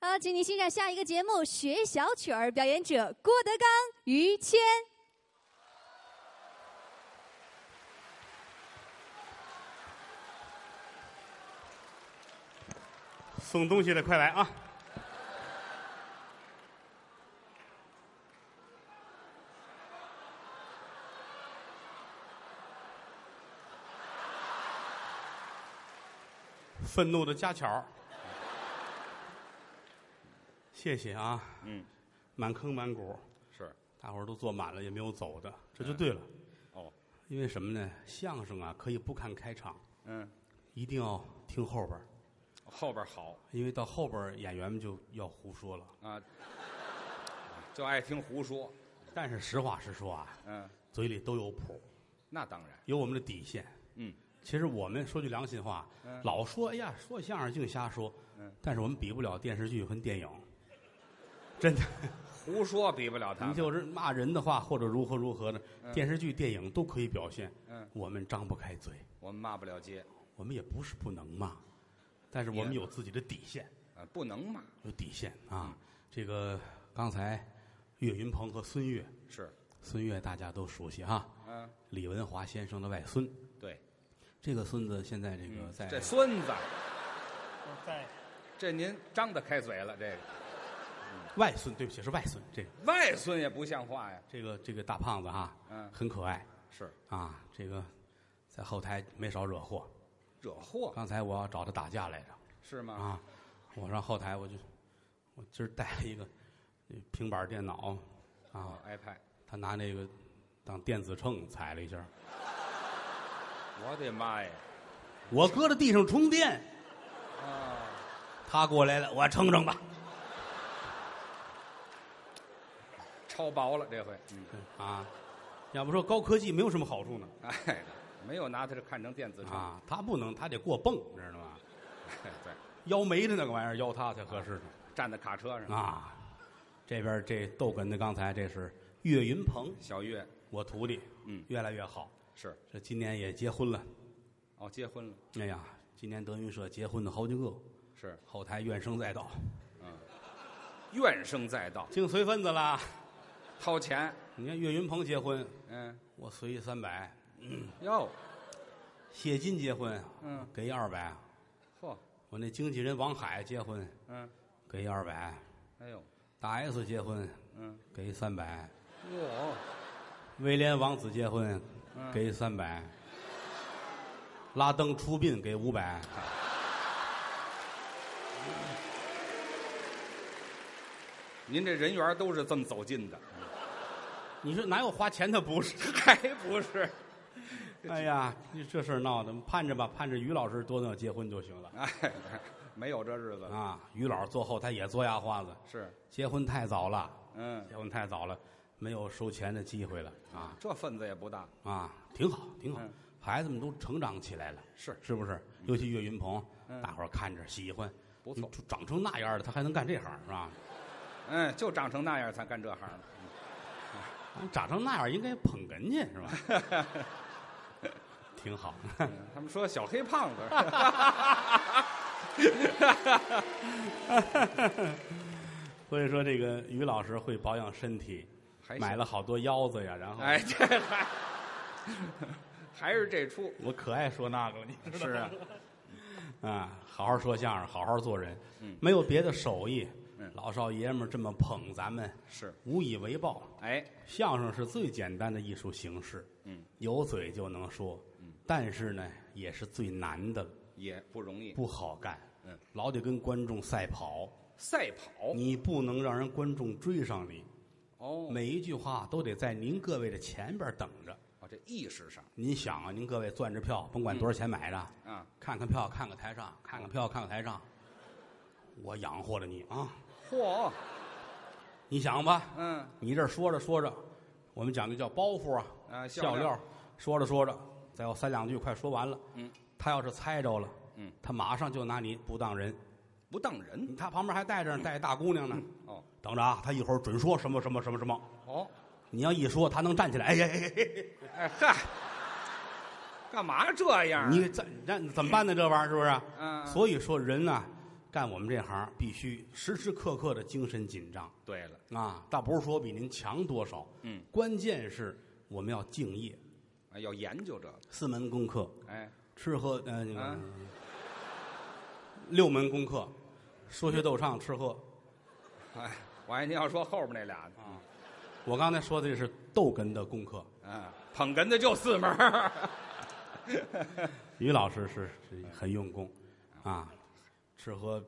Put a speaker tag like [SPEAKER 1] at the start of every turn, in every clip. [SPEAKER 1] 好，请你欣赏下一个节目《学小曲儿》，表演者郭德纲、于谦。
[SPEAKER 2] 送东西的快来啊！愤怒的家巧儿，谢谢啊！
[SPEAKER 3] 嗯，
[SPEAKER 2] 满坑满谷，
[SPEAKER 3] 是
[SPEAKER 2] 大伙儿都坐满了，也没有走的，这就对了。
[SPEAKER 3] 哦，
[SPEAKER 2] 因为什么呢？相声啊，可以不看开场，
[SPEAKER 3] 嗯，
[SPEAKER 2] 一定要听后边儿，
[SPEAKER 3] 后边好
[SPEAKER 2] 因为到后边儿演员们就要胡说了。
[SPEAKER 3] 啊，就爱听胡说，
[SPEAKER 2] 但是实话实说啊，
[SPEAKER 3] 嗯，
[SPEAKER 2] 嘴里都有谱，
[SPEAKER 3] 那当然，
[SPEAKER 2] 有我们的底线。
[SPEAKER 3] 嗯，
[SPEAKER 2] 其实我们说句良心话，
[SPEAKER 3] 嗯
[SPEAKER 2] 老说哎呀说相声净瞎说，
[SPEAKER 3] 嗯，
[SPEAKER 2] 但是我们比不了电视剧和电影，真的。
[SPEAKER 3] 胡说比不了他
[SPEAKER 2] 你
[SPEAKER 3] 们，
[SPEAKER 2] 就是骂人的话或者如何如何的，
[SPEAKER 3] 嗯
[SPEAKER 2] 电视剧、电影都可以表现。
[SPEAKER 3] 嗯，
[SPEAKER 2] 我们张不开嘴，
[SPEAKER 3] 我们骂不了街
[SPEAKER 2] 我们也不是不能骂，但是我们
[SPEAKER 3] 也
[SPEAKER 2] 有自己的底线，
[SPEAKER 3] 啊，不能骂，
[SPEAKER 2] 有底线啊。这个刚才岳云鹏和孙越，
[SPEAKER 3] 是，
[SPEAKER 2] 孙越大家都熟悉哈，
[SPEAKER 3] 嗯，
[SPEAKER 2] 李文华先生的外孙。
[SPEAKER 3] 对，
[SPEAKER 2] 这个孙子现在这个
[SPEAKER 3] 嗯
[SPEAKER 2] 在
[SPEAKER 3] 这孙子，
[SPEAKER 2] 在
[SPEAKER 3] 这您张得开嘴了，这个
[SPEAKER 2] 外孙，对不起，是外孙。这个
[SPEAKER 3] 外孙也不像话呀，
[SPEAKER 2] 这个这个大胖子哈，
[SPEAKER 3] 嗯，
[SPEAKER 2] 很可爱
[SPEAKER 3] 是
[SPEAKER 2] 啊。这个在后台没少惹祸。
[SPEAKER 3] 惹祸
[SPEAKER 2] 刚才我要找他打架来着。
[SPEAKER 3] 是吗？
[SPEAKER 2] 啊，我上后台我就，我今儿带了一个呃平板电脑，啊，
[SPEAKER 3] 哦，iPad，
[SPEAKER 2] 他拿那个当电子秤踩了一下，
[SPEAKER 3] 我的妈呀，
[SPEAKER 2] 我搁在地上充电，
[SPEAKER 3] 啊，
[SPEAKER 2] 他过来了，我称称吧，
[SPEAKER 3] 超薄了这回，嗯，
[SPEAKER 2] 啊，要不说高科技没有什么好处呢，
[SPEAKER 3] 哎，没有拿他这看成电子秤，
[SPEAKER 2] 啊，他不能，他得过泵，你知道吗？
[SPEAKER 3] 哎 对，
[SPEAKER 2] 腰没的那个玩意儿，腰他才合适
[SPEAKER 3] 站在卡车上，
[SPEAKER 2] 呢，啊，这边这逗哏的刚才这是岳云鹏，
[SPEAKER 3] 小月
[SPEAKER 2] 我徒弟，
[SPEAKER 3] 嗯
[SPEAKER 2] 越来越好，
[SPEAKER 3] 是，
[SPEAKER 2] 这今年也结婚了，
[SPEAKER 3] 哦，结婚了，
[SPEAKER 2] 哎呀，今年德云社结婚的好几个。
[SPEAKER 3] 是，
[SPEAKER 2] 后台怨声载道，
[SPEAKER 3] 怨声载道，
[SPEAKER 2] 净随份子啦！
[SPEAKER 3] 掏钱，
[SPEAKER 2] 你看岳云鹏结婚，
[SPEAKER 3] 嗯，
[SPEAKER 2] 我随意三百；
[SPEAKER 3] 哟，
[SPEAKER 2] 谢金结婚，
[SPEAKER 3] 嗯，
[SPEAKER 2] 给一二百；
[SPEAKER 3] 嚯，
[SPEAKER 2] 我那经纪人王海结婚，
[SPEAKER 3] 嗯，
[SPEAKER 2] 给一二百；
[SPEAKER 3] 哎呦，
[SPEAKER 2] 大 S 结婚，
[SPEAKER 3] 嗯，
[SPEAKER 2] 给一三百；
[SPEAKER 3] 哟，
[SPEAKER 2] 威廉王子结婚，
[SPEAKER 3] 嗯
[SPEAKER 2] 给一三百；拉登出殡给五百。
[SPEAKER 3] 您这人缘都是这么走近的，
[SPEAKER 2] 你说哪有花钱的不是？
[SPEAKER 3] 还不是？
[SPEAKER 2] 哎呀，这这事儿闹的，盼着吧，盼着于老师多弄结婚就行了
[SPEAKER 3] 哎，没有这日子了，
[SPEAKER 2] 啊！于老师坐后台也做牙花子，
[SPEAKER 3] 是，
[SPEAKER 2] 结婚太早了。
[SPEAKER 3] 嗯，
[SPEAKER 2] 结婚太早了，没有收钱的机会了啊
[SPEAKER 3] 这份子也不大，
[SPEAKER 2] 啊，挺好，挺好
[SPEAKER 3] 嗯，
[SPEAKER 2] 孩子们都成长起来了，
[SPEAKER 3] 是
[SPEAKER 2] 是不是？尤其岳云鹏，
[SPEAKER 3] 嗯
[SPEAKER 2] 大伙儿看着喜欢，
[SPEAKER 3] 不错，
[SPEAKER 2] 就长成那样儿了，他还能干这行是吧？
[SPEAKER 3] 嗯，就长成那样才干这行的，
[SPEAKER 2] 长成那样儿应该捧哏去是吧？ 挺好，
[SPEAKER 3] 嗯他们说小黑胖 子，
[SPEAKER 2] 所以说这个于老师会保养身体，
[SPEAKER 3] 还行
[SPEAKER 2] 买了好多腰子呀，然后
[SPEAKER 3] 哎，这还 还是这出，
[SPEAKER 2] 我可爱说那个了，你知道
[SPEAKER 3] 是啊，
[SPEAKER 2] 啊，好好说相声，好好做人，
[SPEAKER 3] 嗯
[SPEAKER 2] 没有别的手艺。
[SPEAKER 3] 嗯
[SPEAKER 2] 老少爷们儿这么捧咱们，
[SPEAKER 3] 是，
[SPEAKER 2] 无以为报。
[SPEAKER 3] 哎，
[SPEAKER 2] 相声是最简单的艺术形式，
[SPEAKER 3] 嗯，
[SPEAKER 2] 有嘴就能说，
[SPEAKER 3] 嗯，
[SPEAKER 2] 但是呢，也是最难的，
[SPEAKER 3] 也不容易，
[SPEAKER 2] 不好干，
[SPEAKER 3] 嗯，
[SPEAKER 2] 老得跟观众赛跑，
[SPEAKER 3] 赛跑，
[SPEAKER 2] 你不能让人观众追上你，
[SPEAKER 3] 哦，
[SPEAKER 2] 每一句话都得在您各位的前边等着。
[SPEAKER 3] 哦，这意识上
[SPEAKER 2] 您想啊，您各位攥着票，甭管多少钱买的，
[SPEAKER 3] 啊，
[SPEAKER 2] 看看票，看看台
[SPEAKER 3] 嗯
[SPEAKER 2] 上，看看票，看看台上，我养活了你啊！
[SPEAKER 3] 嚯，
[SPEAKER 2] 你想吧，
[SPEAKER 3] 嗯，
[SPEAKER 2] 你这说着说着，我们讲究叫包袱啊，
[SPEAKER 3] 啊，
[SPEAKER 2] 笑
[SPEAKER 3] 料
[SPEAKER 2] 料，说着说着，再有三两句快说完了。
[SPEAKER 3] 嗯，
[SPEAKER 2] 他要是猜着了，
[SPEAKER 3] 嗯，
[SPEAKER 2] 他马上就拿你不当人。
[SPEAKER 3] 不当人
[SPEAKER 2] 他旁边还带
[SPEAKER 3] 嗯
[SPEAKER 2] 着呢带一大姑娘呢，
[SPEAKER 3] 哦
[SPEAKER 2] 等着啊，他一会儿准说什么什么什么什么。
[SPEAKER 3] 哦，
[SPEAKER 2] 你要一说，他能站起来。哎哎哎哎
[SPEAKER 3] 哎嗨，干嘛这样
[SPEAKER 2] 哎，
[SPEAKER 3] 啊？
[SPEAKER 2] 你这这怎么办呢？这玩意儿是不是？
[SPEAKER 3] 嗯
[SPEAKER 2] 所以说人呐，干我们这行必须时时刻刻的精神紧张
[SPEAKER 3] 对了，
[SPEAKER 2] 啊，倒不是说比您强多少，
[SPEAKER 3] 嗯，
[SPEAKER 2] 关键是我们要敬业，
[SPEAKER 3] 啊要研究这个，
[SPEAKER 2] 四门功课，
[SPEAKER 3] 哎，
[SPEAKER 2] 吃喝呃、那个
[SPEAKER 3] 啊
[SPEAKER 2] 六门功课，说学逗唱吃喝。
[SPEAKER 3] 哎，我还您要说后边那俩呢，
[SPEAKER 2] 我刚才说的这是逗哏的功课，
[SPEAKER 3] 嗯，捧哏的就四门儿
[SPEAKER 2] 于老师是是很用功，啊，吃喝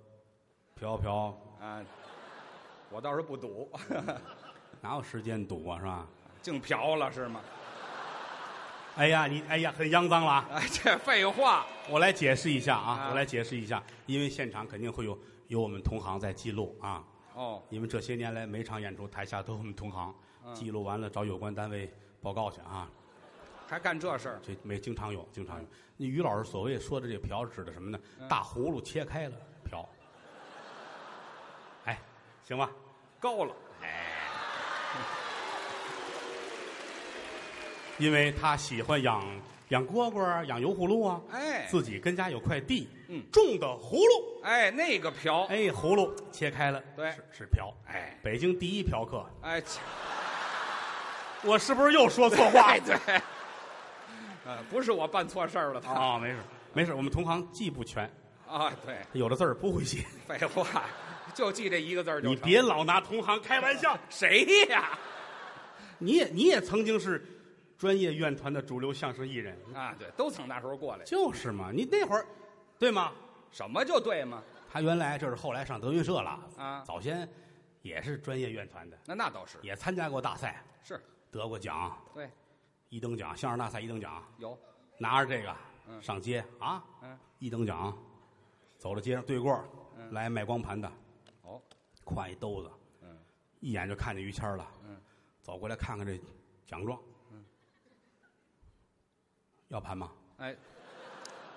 [SPEAKER 2] 嫖嫖，
[SPEAKER 3] 啊，我倒是不赌，
[SPEAKER 2] 哪有时间赌啊，是吧？
[SPEAKER 3] 净嫖了是吗？
[SPEAKER 2] 哎呀，你哎呀，很肮脏了啊！
[SPEAKER 3] 哎，这废话，
[SPEAKER 2] 我来解释一下啊，
[SPEAKER 3] 啊
[SPEAKER 2] 我来解释一下，因为现场肯定会有有我们同行在记录啊，
[SPEAKER 3] 哦，
[SPEAKER 2] 因为这些年来每场演出台下都有我们同行，
[SPEAKER 3] 嗯
[SPEAKER 2] 记录完了找有关单位报告去啊，
[SPEAKER 3] 还干这事儿，
[SPEAKER 2] 这没经常有，经常有。
[SPEAKER 3] 嗯
[SPEAKER 2] 那于老师所谓说的这瓢指的什么呢？大葫芦切开了瓢。哎，行吧，
[SPEAKER 3] 够了，
[SPEAKER 2] 因为他喜欢养养蝈蝈啊，养油葫芦啊，
[SPEAKER 3] 哎，
[SPEAKER 2] 自己跟家有块地，
[SPEAKER 3] 嗯
[SPEAKER 2] 种的葫芦，
[SPEAKER 3] 哎，那个嫖，
[SPEAKER 2] 哎，葫芦切开了，
[SPEAKER 3] 对
[SPEAKER 2] 是是瓢，
[SPEAKER 3] 哎
[SPEAKER 2] 北京第一嫖客，
[SPEAKER 3] 哎，
[SPEAKER 2] 我是不是又说错话？
[SPEAKER 3] 对，呃，不是我办错事儿了，他
[SPEAKER 2] 啊，没事没事，我们同行记不全，
[SPEAKER 3] 啊，对，
[SPEAKER 2] 有的字儿不会 写，
[SPEAKER 3] 废话，就记这一个字儿就
[SPEAKER 2] 你
[SPEAKER 3] 成
[SPEAKER 2] 别老拿同行开玩笑，
[SPEAKER 3] 谁呀？
[SPEAKER 2] 你也你也曾经是专业院团的主流相声艺人，
[SPEAKER 3] 啊，对，都从那时候过来，
[SPEAKER 2] 就是嘛，你那会儿，对吗？
[SPEAKER 3] 什么就对吗？
[SPEAKER 2] 他原来这是后来上德云社了
[SPEAKER 3] 啊
[SPEAKER 2] 早先也是专业院团的，
[SPEAKER 3] 那那倒是
[SPEAKER 2] 也参加过大赛，
[SPEAKER 3] 是，
[SPEAKER 2] 得过奖，
[SPEAKER 3] 对，
[SPEAKER 2] 一等奖，相声大赛一等奖，
[SPEAKER 3] 有，
[SPEAKER 2] 拿着这个
[SPEAKER 3] 嗯
[SPEAKER 2] 上街啊，
[SPEAKER 3] 嗯，
[SPEAKER 2] 一等奖，走到街上对过儿
[SPEAKER 3] 嗯
[SPEAKER 2] 来卖光盘的，
[SPEAKER 3] 哦，
[SPEAKER 2] 挎一兜子，
[SPEAKER 3] 嗯，
[SPEAKER 2] 一眼就看见于谦儿了，
[SPEAKER 3] 嗯，
[SPEAKER 2] 走过来看看这奖状，
[SPEAKER 3] 嗯，
[SPEAKER 2] 要盘吗？
[SPEAKER 3] 哎，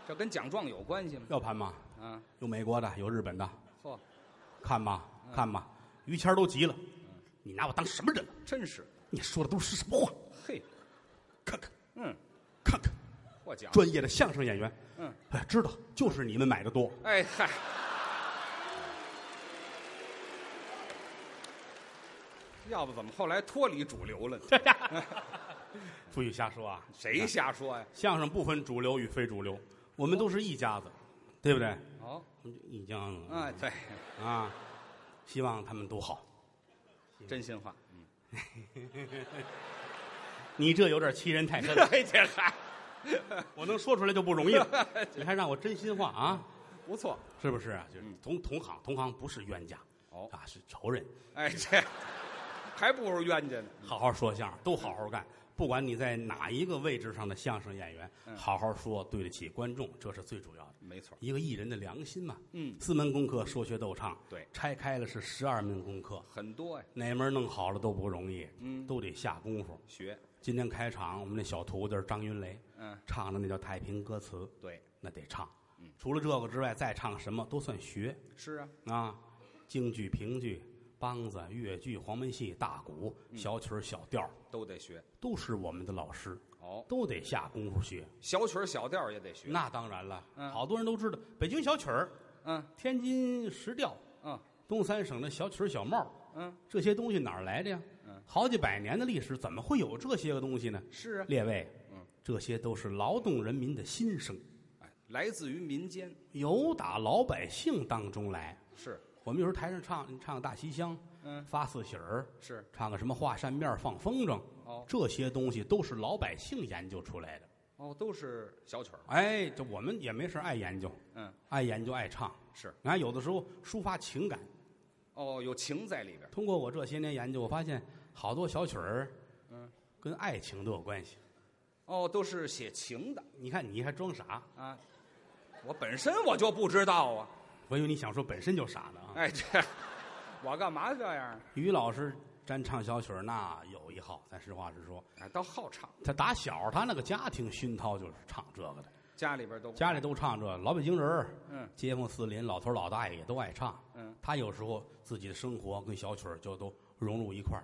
[SPEAKER 3] 这跟奖状有关系吗？
[SPEAKER 2] 要盘吗？
[SPEAKER 3] 啊，
[SPEAKER 2] 有美国的，有日本的，
[SPEAKER 3] 嚯，
[SPEAKER 2] 看吧，
[SPEAKER 3] 嗯
[SPEAKER 2] 看吧，于谦儿都急了，你拿我当什么人？
[SPEAKER 3] 真是，
[SPEAKER 2] 你说的都是什么话？
[SPEAKER 3] 嘿，
[SPEAKER 2] 看看，
[SPEAKER 3] 嗯，
[SPEAKER 2] 看看，
[SPEAKER 3] 获奖，
[SPEAKER 2] 专业的相声演员，
[SPEAKER 3] 嗯，
[SPEAKER 2] 哎，知道，就是你们买的多。
[SPEAKER 3] 哎嗨，要不怎么后来脱离主流 了呢？
[SPEAKER 2] 不许瞎说啊！
[SPEAKER 3] 谁瞎说呀？
[SPEAKER 2] 相声不分主流与非主流，我嗯们都是一家子，对不对？
[SPEAKER 3] 哦，
[SPEAKER 2] 我们就一家子
[SPEAKER 3] 啊，对，
[SPEAKER 2] 啊，希望他们都好。
[SPEAKER 3] 真心话。
[SPEAKER 2] 你这有点欺人太甚了，
[SPEAKER 3] 哎，这还
[SPEAKER 2] 我能说出来就不容易 了。你还让我真心话啊？
[SPEAKER 3] 不错。
[SPEAKER 2] 是不是啊？就是
[SPEAKER 3] 嗯
[SPEAKER 2] 同同行，同行不是冤家，
[SPEAKER 3] 哦
[SPEAKER 2] 啊是仇人。
[SPEAKER 3] 哎，这还不如冤家呢。
[SPEAKER 2] 好好说相声，都好好干。不管你在哪一个位置上的相声演员，
[SPEAKER 3] 嗯
[SPEAKER 2] 好好说，对得起观众，这是最主要的。
[SPEAKER 3] 没错，
[SPEAKER 2] 一个艺人的良心嘛，
[SPEAKER 3] 嗯，
[SPEAKER 2] 四门功课，说学逗唱，
[SPEAKER 3] 对
[SPEAKER 2] 拆开了是十二门功课，
[SPEAKER 3] 很多呀、
[SPEAKER 2] 哪门弄好了都不容易，
[SPEAKER 3] 嗯，
[SPEAKER 2] 都得下功夫。
[SPEAKER 3] 学，
[SPEAKER 2] 今天开场，我们那小徒弟儿张云雷
[SPEAKER 3] 嗯，
[SPEAKER 2] 唱的那叫太平歌词，
[SPEAKER 3] 对，
[SPEAKER 2] 那得唱
[SPEAKER 3] 嗯。
[SPEAKER 2] 除了这个之外，再唱什么都算学
[SPEAKER 3] 是啊，
[SPEAKER 2] 啊。京剧、评剧、梆子、越剧、黄梅戏、大鼓、
[SPEAKER 3] 嗯
[SPEAKER 2] 小曲儿、小调儿，
[SPEAKER 3] 都得学。
[SPEAKER 2] 都是我们的老师，
[SPEAKER 3] 哦，
[SPEAKER 2] 都得下功夫学。
[SPEAKER 3] 小曲儿小调儿也得学。
[SPEAKER 2] 那当然了，
[SPEAKER 3] 嗯
[SPEAKER 2] 好多人都知道北京小曲儿、
[SPEAKER 3] 嗯
[SPEAKER 2] 天津十调、
[SPEAKER 3] 嗯
[SPEAKER 2] 东三省的小曲儿、小帽儿，
[SPEAKER 3] 嗯，
[SPEAKER 2] 这些东西哪儿来的呀？
[SPEAKER 3] 嗯，
[SPEAKER 2] 好几百年的历史，怎么会有这些个东西呢？
[SPEAKER 3] 是啊，
[SPEAKER 2] 列位，
[SPEAKER 3] 嗯，
[SPEAKER 2] 这些都是劳动人民的心声，
[SPEAKER 3] 哎，来自于民间，
[SPEAKER 2] 由打老百姓当中来。
[SPEAKER 3] 是
[SPEAKER 2] 我们有时候台上唱唱大西厢，
[SPEAKER 3] 嗯
[SPEAKER 2] 发四喜儿，
[SPEAKER 3] 是。
[SPEAKER 2] 唱个什么画扇面儿放风筝，
[SPEAKER 3] 哦
[SPEAKER 2] 这些东西都是老百姓研究出来的。
[SPEAKER 3] 哦，都是小曲儿。
[SPEAKER 2] 哎，这我们也没事儿爱研究，
[SPEAKER 3] 嗯，
[SPEAKER 2] 爱研究爱唱。
[SPEAKER 3] 是。
[SPEAKER 2] 你看，有的时候抒发情感，
[SPEAKER 3] 哦，有情在里边儿。
[SPEAKER 2] 通过我这些年研究，我发现好多小曲儿，
[SPEAKER 3] 嗯，
[SPEAKER 2] 跟爱情都有关系。
[SPEAKER 3] 哦，都是写情的
[SPEAKER 2] 你看，你还装傻，
[SPEAKER 3] 啊。我本身我就不知道啊。
[SPEAKER 2] 我以为你想说本身就傻呢啊。
[SPEAKER 3] 哎，这 我干嘛这样啊？
[SPEAKER 2] 于老师沾唱小曲儿那有一号，咱实话实说，
[SPEAKER 3] 哎，倒好唱，
[SPEAKER 2] 他打小他那个家庭熏陶就是唱这个的，
[SPEAKER 3] 家里边儿都
[SPEAKER 2] 家里都唱这个，老北京人儿
[SPEAKER 3] 嗯
[SPEAKER 2] 街坊四邻、老头老大爷也都爱唱。
[SPEAKER 3] 嗯，
[SPEAKER 2] 他有时候自己的生活跟小曲儿就都融入一块儿。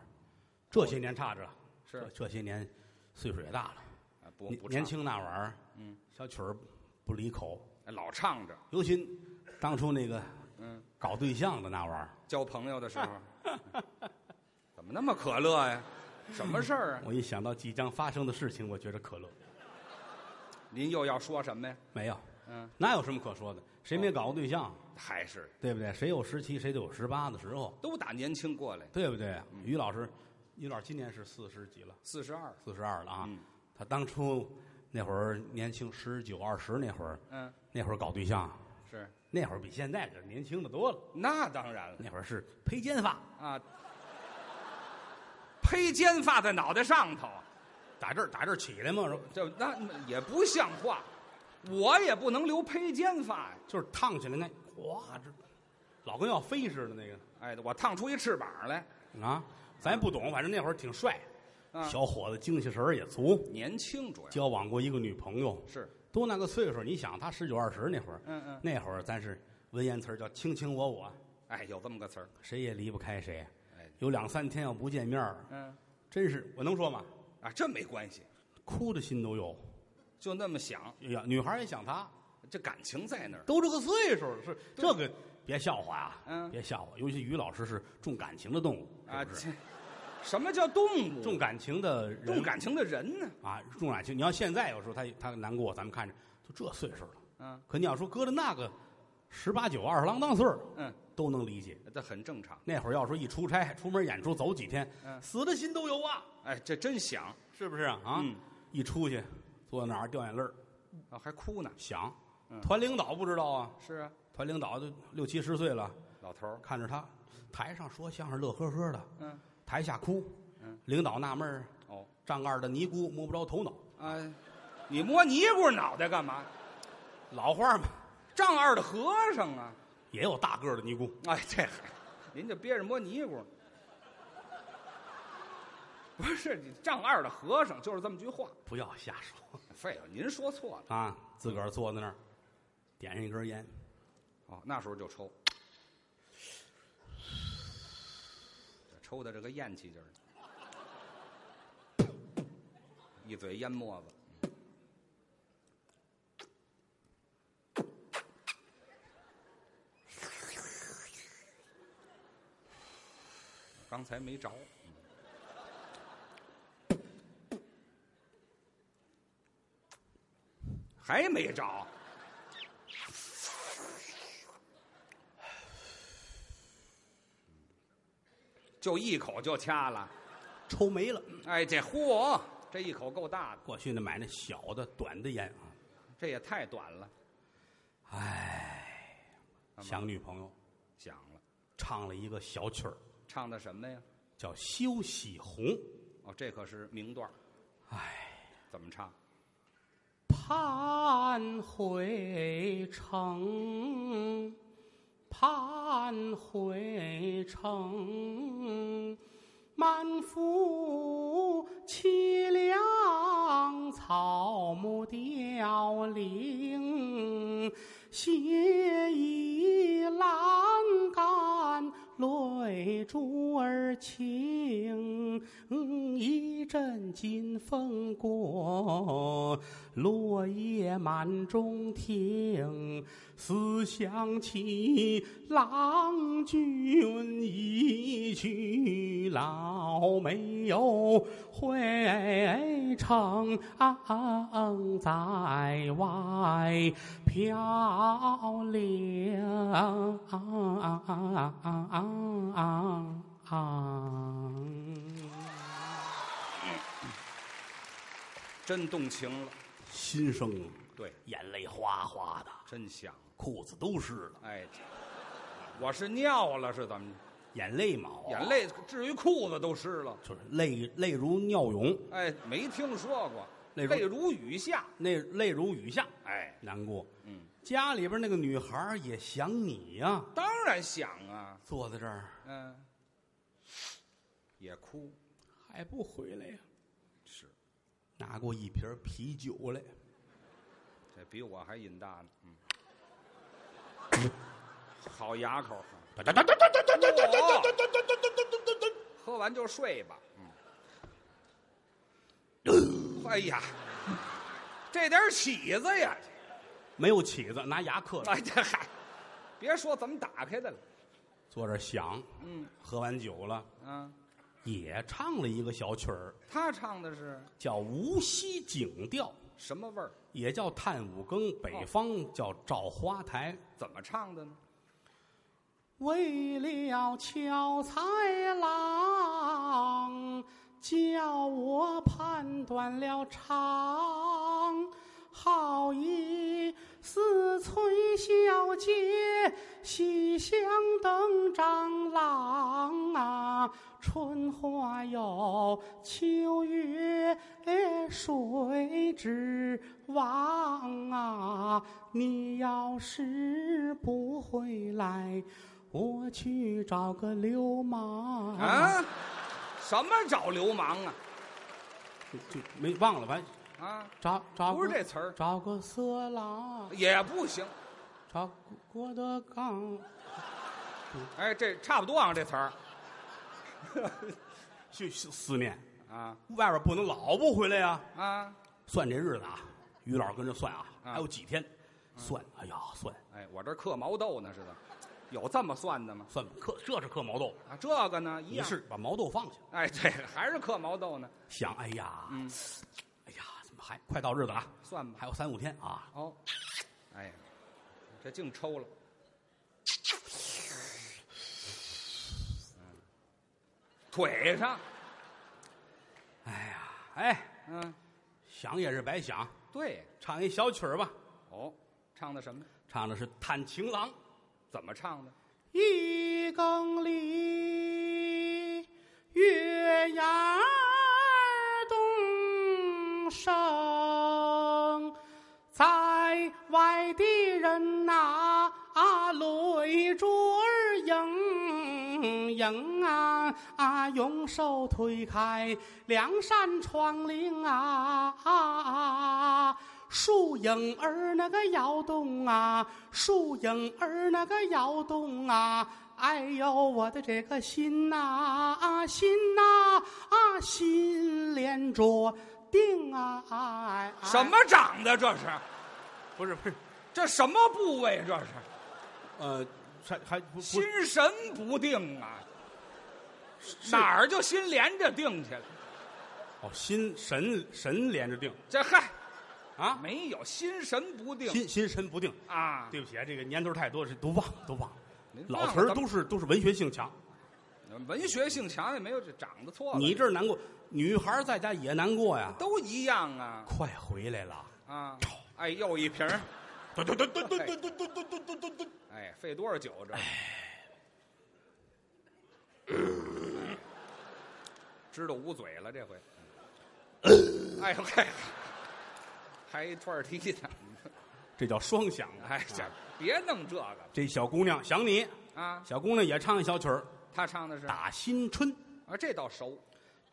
[SPEAKER 2] 这些年差着了，
[SPEAKER 3] 是
[SPEAKER 2] 这这些年岁数也大了，
[SPEAKER 3] 啊不
[SPEAKER 2] 年
[SPEAKER 3] 不
[SPEAKER 2] 年
[SPEAKER 3] 唱，
[SPEAKER 2] 轻那玩意儿，
[SPEAKER 3] 嗯，
[SPEAKER 2] 小曲儿不离口，
[SPEAKER 3] 哎老唱着。
[SPEAKER 2] 尤其当初那个
[SPEAKER 3] 嗯
[SPEAKER 2] 搞对象的那玩意儿。
[SPEAKER 3] 交朋友的时候， 怎么那么可乐呀？什么事儿啊？
[SPEAKER 2] 我一想到即将发生的事情，我觉着可乐。
[SPEAKER 3] 您又要说什么呀？
[SPEAKER 2] 没有，
[SPEAKER 3] 嗯，哦
[SPEAKER 2] 哪有什么可说的？谁没搞过对象，
[SPEAKER 3] 还是
[SPEAKER 2] 对不对？谁有十七，谁都有十八的时候，
[SPEAKER 3] 都打年轻过来，
[SPEAKER 2] 对不对？
[SPEAKER 3] 嗯
[SPEAKER 2] 于老师，于老师今年是四十几了，
[SPEAKER 3] 四十二，
[SPEAKER 2] 四十二了啊。
[SPEAKER 3] 嗯
[SPEAKER 2] 他当初那会儿年轻，十九二十那会儿，
[SPEAKER 3] 嗯，
[SPEAKER 2] 那会儿搞对象，
[SPEAKER 3] 是，
[SPEAKER 2] 那会儿比现在这年轻的多了。
[SPEAKER 3] 那当然了
[SPEAKER 2] 那会儿是披肩发，
[SPEAKER 3] 啊。披肩发在脑袋上头，
[SPEAKER 2] 打这儿打这儿起来嘛，
[SPEAKER 3] 这那也不像话，我也不能留披肩发呀。
[SPEAKER 2] 就是烫起来那，哗，这老跟要飞似的那个
[SPEAKER 3] 哎，我烫出一翅膀来，
[SPEAKER 2] 啊，咱也不懂，反正那会儿挺帅，
[SPEAKER 3] 啊
[SPEAKER 2] 小伙子精气神儿也足。
[SPEAKER 3] 年轻主要
[SPEAKER 2] 交往过一个女朋友，
[SPEAKER 3] 是，
[SPEAKER 2] 多那个岁数，你想他十九二十那会儿，
[SPEAKER 3] 嗯嗯，
[SPEAKER 2] 那会儿咱是文言词儿叫卿卿我我，
[SPEAKER 3] 哎，有这么个词儿，
[SPEAKER 2] 谁也离不开谁。
[SPEAKER 3] 哎，
[SPEAKER 2] 有两三天要不见面儿，
[SPEAKER 3] 嗯，
[SPEAKER 2] 真是我能说吗？
[SPEAKER 3] 啊，这没关系，
[SPEAKER 2] 哭的心都有。
[SPEAKER 3] 就那么想，
[SPEAKER 2] 哎呀，女孩儿也想他，
[SPEAKER 3] 这感情在那儿，
[SPEAKER 2] 都这个岁数了，是这个别笑话啊，
[SPEAKER 3] 嗯
[SPEAKER 2] 别笑话。尤其于老师是重感情的动物
[SPEAKER 3] 啊，
[SPEAKER 2] 是不是
[SPEAKER 3] 这什么叫动物？
[SPEAKER 2] 重感情的人
[SPEAKER 3] 动感情的人呢？
[SPEAKER 2] 啊，重感情。你要现在有时候他他难过，咱们看着都这岁数了，
[SPEAKER 3] 嗯，
[SPEAKER 2] 可你要说搁着那个十八九、二十郎当岁儿，
[SPEAKER 3] 嗯，
[SPEAKER 2] 都能理解。
[SPEAKER 3] 这很正常。
[SPEAKER 2] 那会儿要说一出差、出门演出走几天，
[SPEAKER 3] 嗯
[SPEAKER 2] 死的心都有啊，
[SPEAKER 3] 哎，这真想
[SPEAKER 2] 是不是啊？啊
[SPEAKER 3] 嗯
[SPEAKER 2] 一出去坐在哪儿掉眼泪儿，
[SPEAKER 3] 啊，还哭呢。
[SPEAKER 2] 想
[SPEAKER 3] 嗯
[SPEAKER 2] 团领导不知道啊，
[SPEAKER 3] 是啊，
[SPEAKER 2] 团领导都六七十岁了，
[SPEAKER 3] 老头儿，
[SPEAKER 2] 看着他台上说相声乐呵呵的，
[SPEAKER 3] 嗯，
[SPEAKER 2] 台下哭，
[SPEAKER 3] 嗯，
[SPEAKER 2] 领导纳闷儿，
[SPEAKER 3] 哦，
[SPEAKER 2] 丈二的尼姑摸不着头脑，
[SPEAKER 3] 啊，你摸尼姑脑袋干嘛？
[SPEAKER 2] 老话儿嘛，
[SPEAKER 3] 丈二的和尚啊！
[SPEAKER 2] 也有大个儿的尼姑，
[SPEAKER 3] 哎，这您就憋着摸尼姑。不是你丈二的和尚就是这么句话，
[SPEAKER 2] 不要瞎说
[SPEAKER 3] 废话，您说错了。
[SPEAKER 2] 啊！自个儿坐在那儿，点上一根烟，
[SPEAKER 3] 哦，那时候就抽，这抽的这个咽气劲儿呢，一嘴烟沫子。刚才没着，还没着。就一口就掐了。
[SPEAKER 2] 抽没了。
[SPEAKER 3] 哎，这嚯，这一口够大的，
[SPEAKER 2] 过去呢买那小的短的烟啊，
[SPEAKER 3] 这也太短了。干嘛
[SPEAKER 2] 想女朋友，
[SPEAKER 3] 想了，
[SPEAKER 2] 唱了一个小曲儿，
[SPEAKER 3] 唱的什么呀？
[SPEAKER 2] 叫《休喜红》。
[SPEAKER 3] 哦，这可是名段哎，怎么唱？
[SPEAKER 2] 盼回城，盼回城，满腹凄凉，草木凋零，斜倚栏杆，泪珠儿倾。嗯一阵金风过，落叶满中庭。思想起郎君一去老，没有回程啊在外飘零。
[SPEAKER 3] 真动情了，
[SPEAKER 2] 心声，
[SPEAKER 3] 对，
[SPEAKER 2] 眼泪哗哗的，
[SPEAKER 3] 真想。
[SPEAKER 2] 裤子都湿了，
[SPEAKER 3] 哎，这我是尿了是怎么着？
[SPEAKER 2] 眼泪毛，啊
[SPEAKER 3] 眼泪至于裤子都湿了。
[SPEAKER 2] 就是泪泪如尿涌，
[SPEAKER 3] 哎，没听说过，
[SPEAKER 2] 泪如
[SPEAKER 3] 泪如雨下。
[SPEAKER 2] 那泪如雨下，
[SPEAKER 3] 哎，
[SPEAKER 2] 难过。
[SPEAKER 3] 嗯，
[SPEAKER 2] 家里边那个女孩儿也想你呀、
[SPEAKER 3] 当然想啊，
[SPEAKER 2] 坐在这儿
[SPEAKER 3] 嗯，也哭
[SPEAKER 2] 还不回来呀、
[SPEAKER 3] 是，
[SPEAKER 2] 拿过一瓶啤酒来，
[SPEAKER 3] 这哎比我还瘾大呢。嗯，好牙口。
[SPEAKER 2] 哒哒哒哒哒哒哒哒哒哒哒
[SPEAKER 3] 哦喝完就睡吧。嗯，哎呀，这点起子呀，
[SPEAKER 2] 没有起子，拿牙磕着。
[SPEAKER 3] 哎这嗨，别说怎么打开的了，
[SPEAKER 2] 坐这儿想，
[SPEAKER 3] 嗯
[SPEAKER 2] 喝完酒了
[SPEAKER 3] 啊，
[SPEAKER 2] 也唱了一个小曲儿，
[SPEAKER 3] 他唱的是
[SPEAKER 2] 叫《无锡景调》，
[SPEAKER 3] 什么味儿？
[SPEAKER 2] 也叫探五更，北方叫照花台。
[SPEAKER 3] 怎么唱的呢？
[SPEAKER 2] 为了俏才郎，叫我判断了长，好一似崔小姐，喜相登张郎啊，春花有哎秋月水之哎望啊，你要是不回来。我去找个流氓！
[SPEAKER 3] 啊，什么找流氓啊？
[SPEAKER 2] 就就没忘了，反正
[SPEAKER 3] 啊，
[SPEAKER 2] 找找
[SPEAKER 3] 不
[SPEAKER 2] 个
[SPEAKER 3] 是这词儿
[SPEAKER 2] 找个色狼，
[SPEAKER 3] 也不行。
[SPEAKER 2] 找郭德纲，
[SPEAKER 3] 哎，这差不多啊，这词儿
[SPEAKER 2] 就就思念，
[SPEAKER 3] 啊
[SPEAKER 2] 外边不能老不回来呀、
[SPEAKER 3] 啊，
[SPEAKER 2] 算这日子啊，于老师跟着算啊，
[SPEAKER 3] 啊
[SPEAKER 2] 还有几天，算，哎呀，算
[SPEAKER 3] 哎，我这刻毛豆呢似的，有这么算的吗？
[SPEAKER 2] 算嗑，这是嗑毛豆，
[SPEAKER 3] 啊，这个呢一
[SPEAKER 2] 你
[SPEAKER 3] 样，
[SPEAKER 2] 是把毛豆放下，
[SPEAKER 3] 哎，这个还是刻毛豆呢，
[SPEAKER 2] 想，哎呀，
[SPEAKER 3] 嗯
[SPEAKER 2] 哎呀，怎么还快到日子了啊？
[SPEAKER 3] 算吧。
[SPEAKER 2] 还有三五天啊，
[SPEAKER 3] 哦，哎呀，这净抽了。嗯腿上，
[SPEAKER 2] 哎呀，哎，
[SPEAKER 3] 嗯，
[SPEAKER 2] 想也是白想，
[SPEAKER 3] 对，
[SPEAKER 2] 唱一小曲儿吧，
[SPEAKER 3] 哦，唱的什么？
[SPEAKER 2] 唱的是《探情郎》。
[SPEAKER 3] 怎么唱的？
[SPEAKER 2] 一更里，月牙东升，在外的人呐、啊，泪珠儿盈盈啊啊，用手推开两扇窗棂啊啊树影儿那个摇动啊，树影儿那个摇动啊，哎呦我的这个心呐、啊，心呐、啊，心连着定啊，哎哎
[SPEAKER 3] 什么长的这是？
[SPEAKER 2] 不是不是，
[SPEAKER 3] 这什么部位？这是
[SPEAKER 2] 呃，还还不
[SPEAKER 3] 心神不定啊！哪儿就心连着定去了？
[SPEAKER 2] 哦，心神神连着定
[SPEAKER 3] 这嗨，
[SPEAKER 2] 啊，
[SPEAKER 3] 没有心神不定
[SPEAKER 2] 心心神不定。
[SPEAKER 3] 啊！
[SPEAKER 2] 对不起啊，这个年头太多，是都忘了都忘了。
[SPEAKER 3] 您忘
[SPEAKER 2] 老
[SPEAKER 3] 了
[SPEAKER 2] 词儿
[SPEAKER 3] 咱们
[SPEAKER 2] 都是都是文学性强，
[SPEAKER 3] 文学性强也没有，这长得错了。
[SPEAKER 2] 你这儿难过，女孩儿在家也难过呀。
[SPEAKER 3] 都一样啊
[SPEAKER 2] 快回来了，
[SPEAKER 3] 啊！哎，又一瓶儿，
[SPEAKER 2] 嘟嘟嘟嘟嘟嘟嘟嘟嘟嘟嘟嘟，
[SPEAKER 3] 哎，费多少酒这？
[SPEAKER 2] 哎
[SPEAKER 3] 知道捂嘴了这回。哎呦嘿，还一串儿踢呢。
[SPEAKER 2] 这叫双响啊。
[SPEAKER 3] 哎，这别弄这个了
[SPEAKER 2] 这小姑娘想你，
[SPEAKER 3] 啊！
[SPEAKER 2] 小姑娘也唱一小曲儿，
[SPEAKER 3] 他唱的是
[SPEAKER 2] 《
[SPEAKER 3] 啊，
[SPEAKER 2] 打新春》。
[SPEAKER 3] 这倒熟。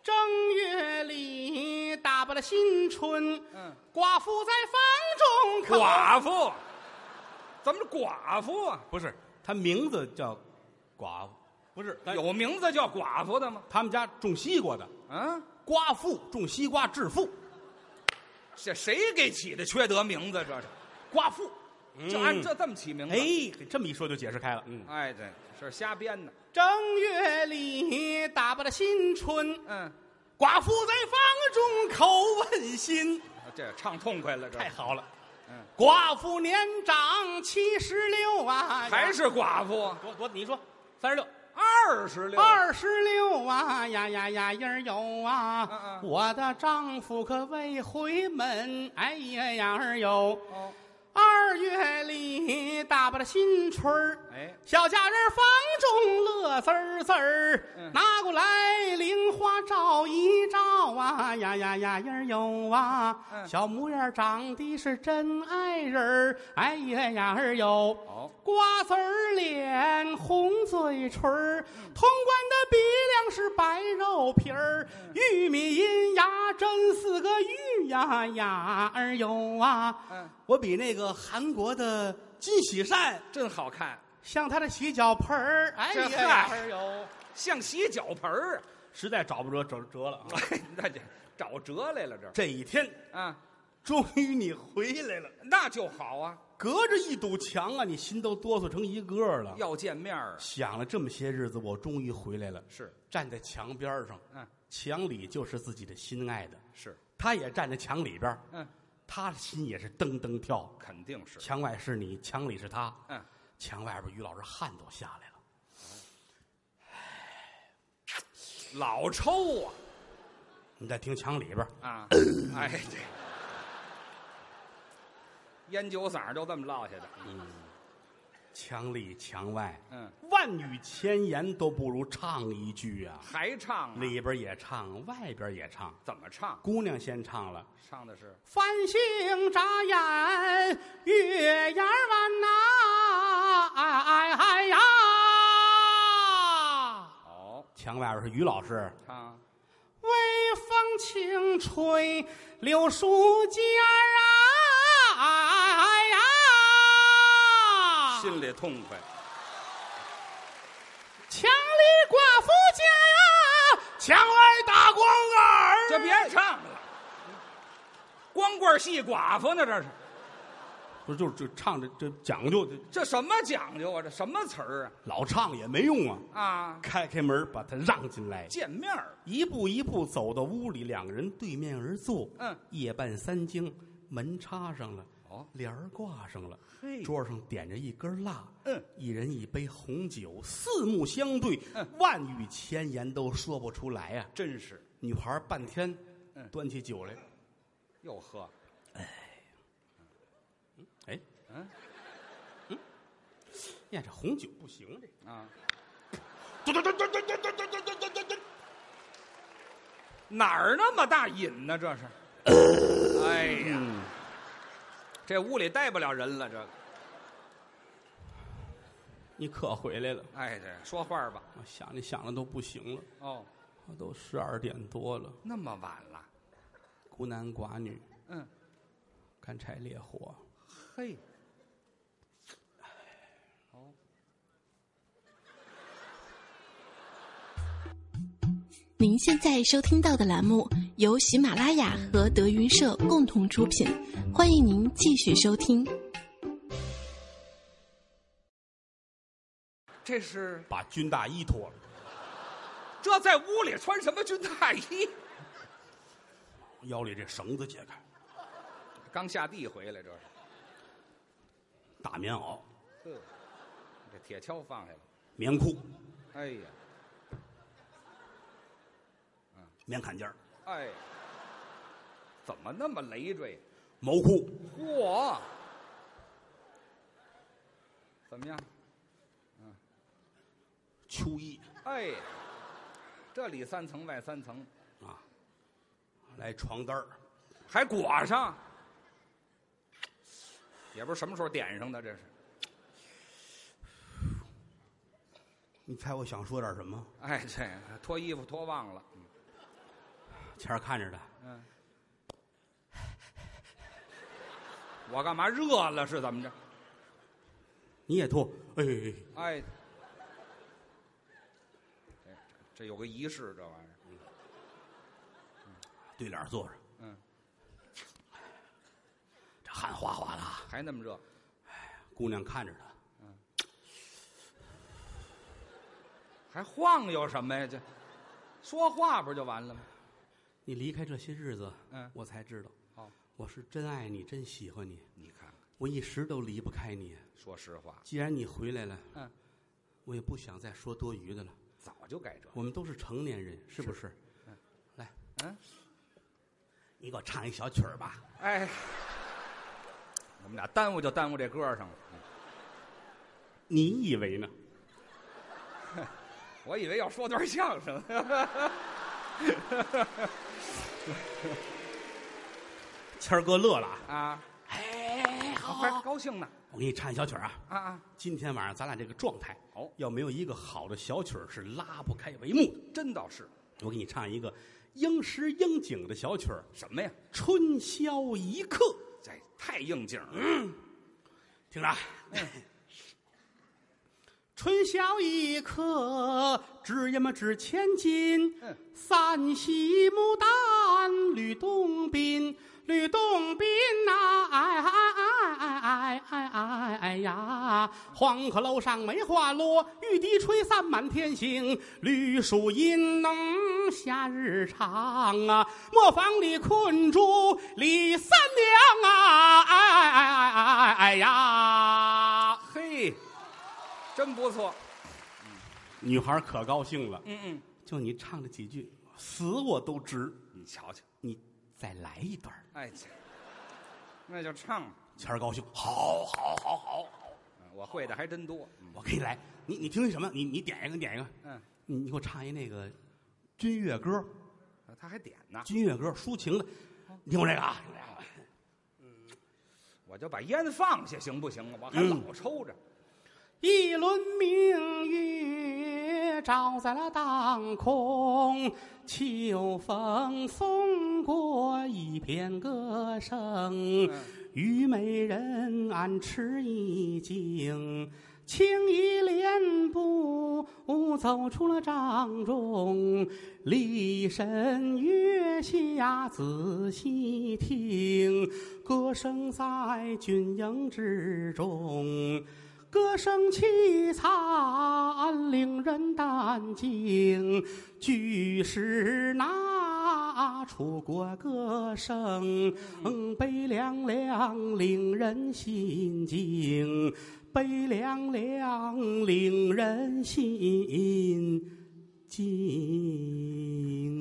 [SPEAKER 2] 正月里打罢了新春，
[SPEAKER 3] 嗯，
[SPEAKER 2] 寡妇在房中
[SPEAKER 3] 寡妇，怎么是寡妇啊？
[SPEAKER 2] 不是，她名字叫寡妇，不是有
[SPEAKER 3] 有名字叫寡妇的吗？
[SPEAKER 2] 他们家种西瓜的，
[SPEAKER 3] 啊，
[SPEAKER 2] 瓜父种西瓜致富，
[SPEAKER 3] 这谁给起的缺德名字？这是，
[SPEAKER 2] 瓜父
[SPEAKER 3] 就按这这么起名字。
[SPEAKER 2] 嗯哎，这么一说就解释开了。嗯，
[SPEAKER 3] 哎，对，是瞎编的。
[SPEAKER 2] 正月里打扮了新春，
[SPEAKER 3] 嗯，
[SPEAKER 2] 寡妇在房中口问心，
[SPEAKER 3] 这唱痛快了，这
[SPEAKER 2] 太好了。
[SPEAKER 3] 嗯，
[SPEAKER 2] 寡妇年长七十六啊，
[SPEAKER 3] 还是寡妇，啊
[SPEAKER 2] 多多？你说三十六。
[SPEAKER 3] 二十六，
[SPEAKER 2] 二十六啊呀呀呀呀儿有啊！
[SPEAKER 3] 嗯嗯
[SPEAKER 2] 我的丈夫可未回门，哎呀呀儿有。
[SPEAKER 3] 哦，
[SPEAKER 2] 二月里打扮了新春儿，
[SPEAKER 3] 哎，
[SPEAKER 2] 小家人房中乐滋滋儿，
[SPEAKER 3] 嗯
[SPEAKER 2] 拿过来菱花照一照啊，呀呀呀呀儿有啊，
[SPEAKER 3] 嗯
[SPEAKER 2] 小模样长得是真爱人儿，哎呀呀儿有。
[SPEAKER 3] 哦，
[SPEAKER 2] 瓜子儿脸，红嘴唇儿，潼关的鼻梁是白肉皮儿，玉米银牙真似个玉呀呀儿有啊！
[SPEAKER 3] 嗯，
[SPEAKER 2] 我比那个韩国的金喜善
[SPEAKER 3] 真好看，
[SPEAKER 2] 像他的洗脚盆儿，哎
[SPEAKER 3] 这
[SPEAKER 2] 呀，
[SPEAKER 3] 嗨
[SPEAKER 2] 儿有，
[SPEAKER 3] 像洗脚盆儿啊。
[SPEAKER 2] 实在找不着折折了啊！
[SPEAKER 3] 哎， 那这找辙来了这
[SPEAKER 2] 这一天，
[SPEAKER 3] 啊，
[SPEAKER 2] 终于你回来了，
[SPEAKER 3] 那就好啊。
[SPEAKER 2] 隔着一堵墙啊，你心都哆嗦成一个儿了。
[SPEAKER 3] 要见面儿啊，
[SPEAKER 2] 想了这么些日子，我终于回来了，
[SPEAKER 3] 是，
[SPEAKER 2] 站在墙边儿上，
[SPEAKER 3] 嗯，
[SPEAKER 2] 墙里就是自己的心爱的，
[SPEAKER 3] 是，
[SPEAKER 2] 他也站在墙里边儿，
[SPEAKER 3] 嗯，
[SPEAKER 2] 他的心也是噔噔跳。
[SPEAKER 3] 肯定是，
[SPEAKER 2] 墙外是你，墙里是他，
[SPEAKER 3] 嗯，
[SPEAKER 2] 墙外边于老师汗都下来了。
[SPEAKER 3] 老抽啊
[SPEAKER 2] 你再听墙里边儿，
[SPEAKER 3] 啊，哎对，烟酒嗓儿就这么落下的，
[SPEAKER 2] 墙里墙外，
[SPEAKER 3] 嗯，
[SPEAKER 2] 万语千言都不如唱一句啊！
[SPEAKER 3] 还唱啊
[SPEAKER 2] 里边也唱，外边也唱，
[SPEAKER 3] 怎么唱？
[SPEAKER 2] 姑娘先唱了。
[SPEAKER 3] 唱的是
[SPEAKER 2] 繁星眨眼，月牙弯呐、哎哎哎呀！
[SPEAKER 3] 哦，
[SPEAKER 2] 墙外边是于老师，
[SPEAKER 3] 唱
[SPEAKER 2] 微风轻吹柳树尖儿啊，哎呀！
[SPEAKER 3] 心里痛快，
[SPEAKER 2] 墙里挂夫家，墙外打啊光杆
[SPEAKER 3] 这别唱了，光棍戏寡妇呢，这是
[SPEAKER 2] 不是，就是就唱这这讲究，这
[SPEAKER 3] 这什么讲究啊？这什么词儿
[SPEAKER 2] 老唱也没用啊。
[SPEAKER 3] 啊？啊，
[SPEAKER 2] 开开门，把他让进来，
[SPEAKER 3] 见面儿，
[SPEAKER 2] 一步一步走到屋里，两个人对面而坐。
[SPEAKER 3] 嗯，
[SPEAKER 2] 夜半三更，门插上了，
[SPEAKER 3] 哦，
[SPEAKER 2] 帘儿挂上了，
[SPEAKER 3] 嘿
[SPEAKER 2] 桌上点着一根蜡。
[SPEAKER 3] 嗯，
[SPEAKER 2] 一人一杯红酒，四目相对，
[SPEAKER 3] 嗯
[SPEAKER 2] 万语千言都说不出来呀、
[SPEAKER 3] 真是
[SPEAKER 2] 女孩儿半天，
[SPEAKER 3] 嗯
[SPEAKER 2] 端起酒来，
[SPEAKER 3] 又喝，
[SPEAKER 2] 哎，
[SPEAKER 3] 嗯
[SPEAKER 4] 哎
[SPEAKER 2] 呀，这红酒不行，这
[SPEAKER 3] 啊，
[SPEAKER 2] 嘟嘟嘟嘟嘟嘟嘟嘟嘟嘟嘟嘟，
[SPEAKER 3] 哪儿那么大瘾呢？这是，哎呀，这屋里待不了人了，这个，
[SPEAKER 2] 你可回来了。
[SPEAKER 3] 哎，对，说话吧，
[SPEAKER 2] 我想你想的都不行了，
[SPEAKER 3] 哦，
[SPEAKER 2] 我都十二点多了，
[SPEAKER 3] 那么晚了，
[SPEAKER 2] 孤男寡女，
[SPEAKER 3] 嗯，
[SPEAKER 2] 干柴烈火，
[SPEAKER 3] 嘿，
[SPEAKER 5] 您现在收听到的栏目由喜马拉雅和德云社共同出品，欢迎您继续收听。
[SPEAKER 3] 这是
[SPEAKER 2] 把军大衣脱了，
[SPEAKER 3] 这在屋里穿什么军大衣？
[SPEAKER 2] 腰里这绳子解开，
[SPEAKER 3] 刚下地回来，这是，
[SPEAKER 2] 大棉袄、
[SPEAKER 3] 呵，这铁锹放下了，
[SPEAKER 2] 棉裤、
[SPEAKER 3] 哎呀，
[SPEAKER 2] 棉坎肩儿
[SPEAKER 3] 哎，怎么那么累赘？
[SPEAKER 2] 毛裤，
[SPEAKER 3] 嚯，怎么样？
[SPEAKER 2] 秋衣
[SPEAKER 3] 哎，这里三层外三层，
[SPEAKER 2] 啊，来床单儿
[SPEAKER 3] 还裹上，也不知道什么时候点上的，这是
[SPEAKER 2] 你猜我想说点什么？
[SPEAKER 3] 哎，这脱衣服脱忘了，
[SPEAKER 2] 前儿看着他，
[SPEAKER 3] 我干嘛热了是怎么着？
[SPEAKER 2] 你也脱，哎，哎哎
[SPEAKER 3] 哎，这这有个仪式，这玩意儿
[SPEAKER 2] 对脸儿坐着，
[SPEAKER 3] 嗯，
[SPEAKER 2] 这汗哗哗的啊。
[SPEAKER 3] 还那么热，
[SPEAKER 2] 姑娘看着他，
[SPEAKER 3] 还晃悠什么呀？这说话不就完了吗？
[SPEAKER 2] 你离开这些日子，
[SPEAKER 3] 嗯
[SPEAKER 2] 我才知道，
[SPEAKER 3] 好，
[SPEAKER 2] 我是真爱你，真喜欢你，
[SPEAKER 3] 你看看，
[SPEAKER 2] 我一时都离不开你。
[SPEAKER 3] 说实话，
[SPEAKER 2] 既然你回来了，
[SPEAKER 3] 嗯，
[SPEAKER 2] 我也不想再说多余的了。
[SPEAKER 3] 早就该这样。
[SPEAKER 2] 我们都是成年人，是不是？来，
[SPEAKER 3] 嗯，
[SPEAKER 2] 你给我唱一小曲儿吧。
[SPEAKER 3] 哎，我们俩耽误就耽误这歌上了。
[SPEAKER 2] 你以为呢？
[SPEAKER 3] 我以为要说段相声，
[SPEAKER 2] 谦儿哥乐了啊！
[SPEAKER 3] 啊，
[SPEAKER 2] 哎，好
[SPEAKER 3] 还高兴呢，
[SPEAKER 2] 我给你唱一小曲儿啊。
[SPEAKER 3] 啊啊，
[SPEAKER 2] 今天晚上咱俩这个状态，
[SPEAKER 3] 好
[SPEAKER 2] 要没有一个好的小曲儿是拉不开帷幕的。
[SPEAKER 3] 真倒是
[SPEAKER 2] 我给你唱一个应时应景的小曲儿，
[SPEAKER 3] 什么呀？
[SPEAKER 2] 《春宵一刻》。
[SPEAKER 3] 这太应景了。
[SPEAKER 2] 听着啊， 春宵一刻，值呀么值千金。
[SPEAKER 3] 嗯
[SPEAKER 2] 三喜牡丹吕洞宾，
[SPEAKER 4] 吕洞宾呐、哎哎哎哎哎哎哎呀！黄鹤楼上梅花落，玉笛吹散满天星。绿树阴浓夏日长啊，磨坊里困住李三娘啊！哎哎哎哎哎哎呀！
[SPEAKER 3] 嘿，真不错。
[SPEAKER 4] 女孩可高兴了，
[SPEAKER 3] 嗯嗯，
[SPEAKER 4] 就你唱了几句，死我都值。
[SPEAKER 3] 你瞧瞧，
[SPEAKER 4] 你再来一段儿。
[SPEAKER 3] 哎，切那就唱吧。
[SPEAKER 4] 钱儿高兴，好，好，好，好，
[SPEAKER 3] 嗯我会的还真多。
[SPEAKER 4] 我给你来。你你听听什么？你你点一个，你点一个。
[SPEAKER 3] 嗯，
[SPEAKER 4] 你你给我唱一那个军乐歌，
[SPEAKER 3] 啊他还点呢，
[SPEAKER 4] 军乐歌抒情的。你听我这个啊，
[SPEAKER 3] 我就把烟放下行不行啊？我还
[SPEAKER 4] 嗯
[SPEAKER 3] 老抽着。
[SPEAKER 4] 一轮明月照在了当空，秋风送过一片歌声，虞美人暗吃一惊，轻移莲步走出了帐中，立神月下仔细听，歌声在军营之中。歌声凄惨，令人胆惊。巨石那楚国歌声，嗯悲凉凉，令人心惊。悲凉凉，令人心惊。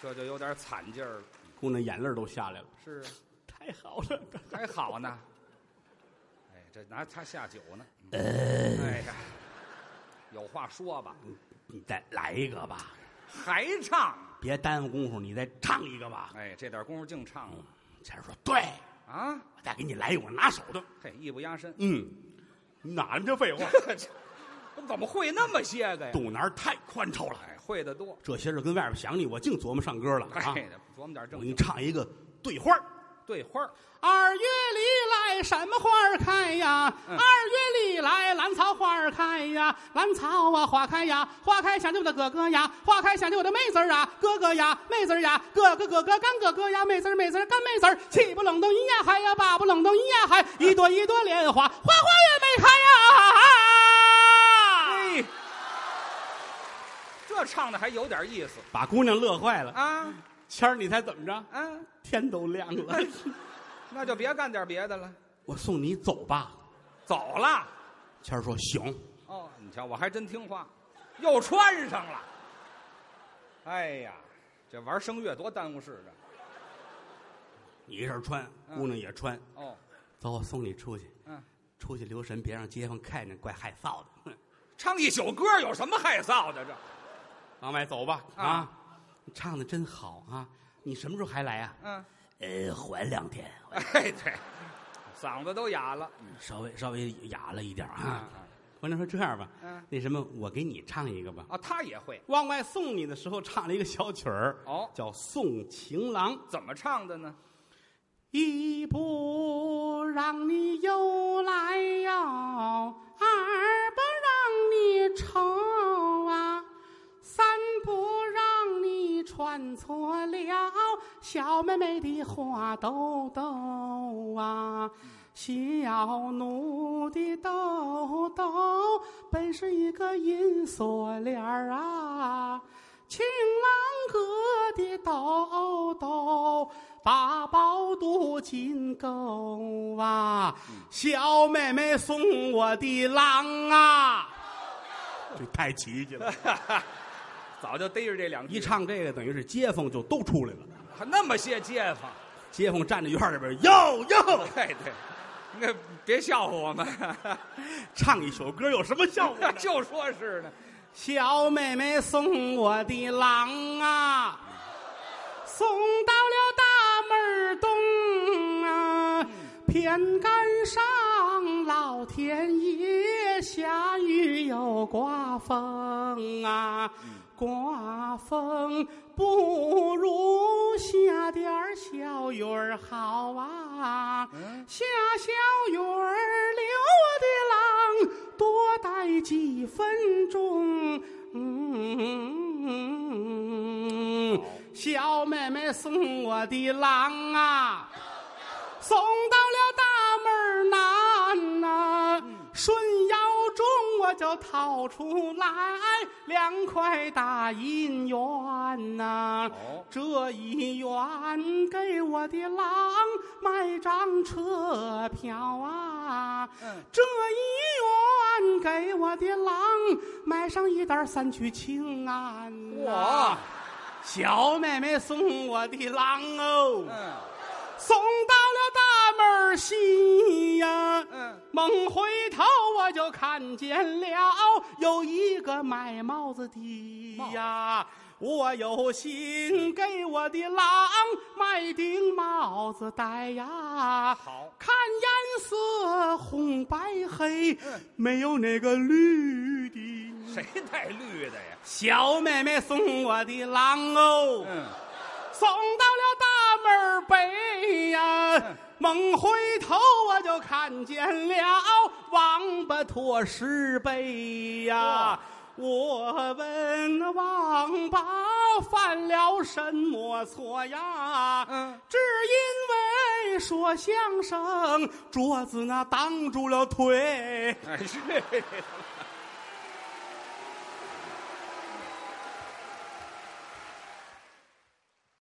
[SPEAKER 3] 这就有点惨劲儿了。
[SPEAKER 4] 姑娘眼泪都下来了，
[SPEAKER 3] 是啊，
[SPEAKER 4] 太好了。
[SPEAKER 3] 还好呢。哎，这拿他下酒呢。
[SPEAKER 4] 呃
[SPEAKER 3] 哎呀，有话说吧，
[SPEAKER 4] 嗯你再来一个吧，
[SPEAKER 3] 还唱。啊
[SPEAKER 4] 别耽误功夫，你再唱一个吧。
[SPEAKER 3] 哎，这点功夫净唱了
[SPEAKER 4] 钱儿说：“对，
[SPEAKER 3] 啊！
[SPEAKER 4] 我再给你来一个我拿手的。”
[SPEAKER 3] 嘿，艺不压身，
[SPEAKER 4] 嗯，哪来这废话？
[SPEAKER 3] 我怎么会那么些个呀？
[SPEAKER 4] 肚腩儿太宽敞了。
[SPEAKER 3] 哎，会的多。
[SPEAKER 4] 这些日跟外边想你，我净琢磨上歌了啊！
[SPEAKER 3] 哎，琢磨点
[SPEAKER 4] 我
[SPEAKER 3] 正
[SPEAKER 4] 给你
[SPEAKER 3] 经
[SPEAKER 4] 唱一个对花儿
[SPEAKER 3] 对花儿
[SPEAKER 4] 二月里来什么花儿开呀？
[SPEAKER 3] 嗯
[SPEAKER 4] 二月里来兰草花儿开呀，兰草啊花开呀，花开想起我的哥哥呀，花开想起我的妹子儿啊，哥哥呀，妹子儿呀，哥哥哥哥干哥哥呀，妹子儿妹子儿干妹子儿，气不冷冻一呀嗨呀，爸不冷冻一呀嗨，一朵一朵莲花，花花也没开呀。
[SPEAKER 3] 哎，这唱的还有点意思
[SPEAKER 4] 把姑娘乐坏了。
[SPEAKER 3] 啊
[SPEAKER 4] 谦儿，你猜怎么着？
[SPEAKER 3] 啊！
[SPEAKER 4] 天都亮
[SPEAKER 3] 哎
[SPEAKER 4] 了，
[SPEAKER 3] 那就别干点别的了，
[SPEAKER 4] 我送你走吧。
[SPEAKER 3] 走了。
[SPEAKER 4] 谦儿说行，
[SPEAKER 3] 哦，你瞧，我还真听话，又穿上了。哎呀，这玩声乐多耽误事啊的。
[SPEAKER 4] 你一身穿，姑娘也穿，
[SPEAKER 3] 哦，
[SPEAKER 4] 走，我送你出去。
[SPEAKER 3] 嗯，
[SPEAKER 4] 出去留神，别让街坊看见，怪害臊的。哼
[SPEAKER 3] 唱一宿歌有什么害臊的？这
[SPEAKER 4] 往外走吧，
[SPEAKER 3] 啊
[SPEAKER 4] 啊，你唱的真好啊！你什么时候还来啊？
[SPEAKER 3] 嗯，
[SPEAKER 4] 呃，缓两天，
[SPEAKER 3] 哎对，嗓子都哑了。
[SPEAKER 4] 稍微稍微哑了一点啊
[SPEAKER 3] 啊。
[SPEAKER 4] 姑娘说这样吧
[SPEAKER 3] 嗯，
[SPEAKER 4] 那什么，我给你唱一个吧。
[SPEAKER 3] 啊，他也会，
[SPEAKER 4] 往外送你的时候唱了一个小曲儿，
[SPEAKER 3] 哦
[SPEAKER 4] 叫《送情郎》。
[SPEAKER 3] 怎么唱的呢？
[SPEAKER 4] 一不让你又来哟，二不让你愁啊，三不让你穿错了小妹妹的花兜兜啊，小奴的兜兜本是一个银锁链儿啊。情郎哥的兜兜，把包镀金钩啊，小妹妹送我的郎啊， 这太奇迹了！
[SPEAKER 3] 早就逮着这两句
[SPEAKER 4] 一唱这个，等于是街坊就都出来了，
[SPEAKER 3] 还那么些街坊。哦
[SPEAKER 4] 街坊站在院里边，哟哟，
[SPEAKER 3] 对对，那别笑话我们，？
[SPEAKER 4] 唱一首歌有什么效果呢
[SPEAKER 3] 就说是呢。
[SPEAKER 4] 小妹妹送我的郎啊，送到了大门儿东啊，偏赶上老天爷下雨又刮风啊，刮风不如下点儿小雨儿好啊，下小雨儿留我的郎多待几分钟。嗯，小妹妹送我的郎啊，送到了大门南呐、顺腰中我就掏出来两块大银元呐、
[SPEAKER 3] 哦
[SPEAKER 4] 这一元给我的郎买张车票啊，
[SPEAKER 3] 嗯
[SPEAKER 4] 这一元给我的郎买上一袋三曲青安、
[SPEAKER 3] 哇，
[SPEAKER 4] 小妹妹送我的郎哦，
[SPEAKER 3] 嗯
[SPEAKER 4] 送到了大门儿西呀。
[SPEAKER 3] 嗯，
[SPEAKER 4] 猛回头，我就看见了有一个卖帽子的呀，我有心给我的郎买顶帽子戴呀。
[SPEAKER 3] 好，
[SPEAKER 4] 看颜色，红白黑，
[SPEAKER 3] 嗯
[SPEAKER 4] 没有那个绿的。
[SPEAKER 3] 谁带绿的呀？
[SPEAKER 4] 小妹妹送我的郎哦，
[SPEAKER 3] 嗯，
[SPEAKER 4] 送到了大门儿北呀。
[SPEAKER 3] 嗯
[SPEAKER 4] 猛回头，我就看见了王八驮石碑呀
[SPEAKER 3] 哇。
[SPEAKER 4] 我问王八犯了什么错呀？
[SPEAKER 3] 嗯，
[SPEAKER 4] 只因为说相声，桌子那挡住了腿。
[SPEAKER 3] 哎是，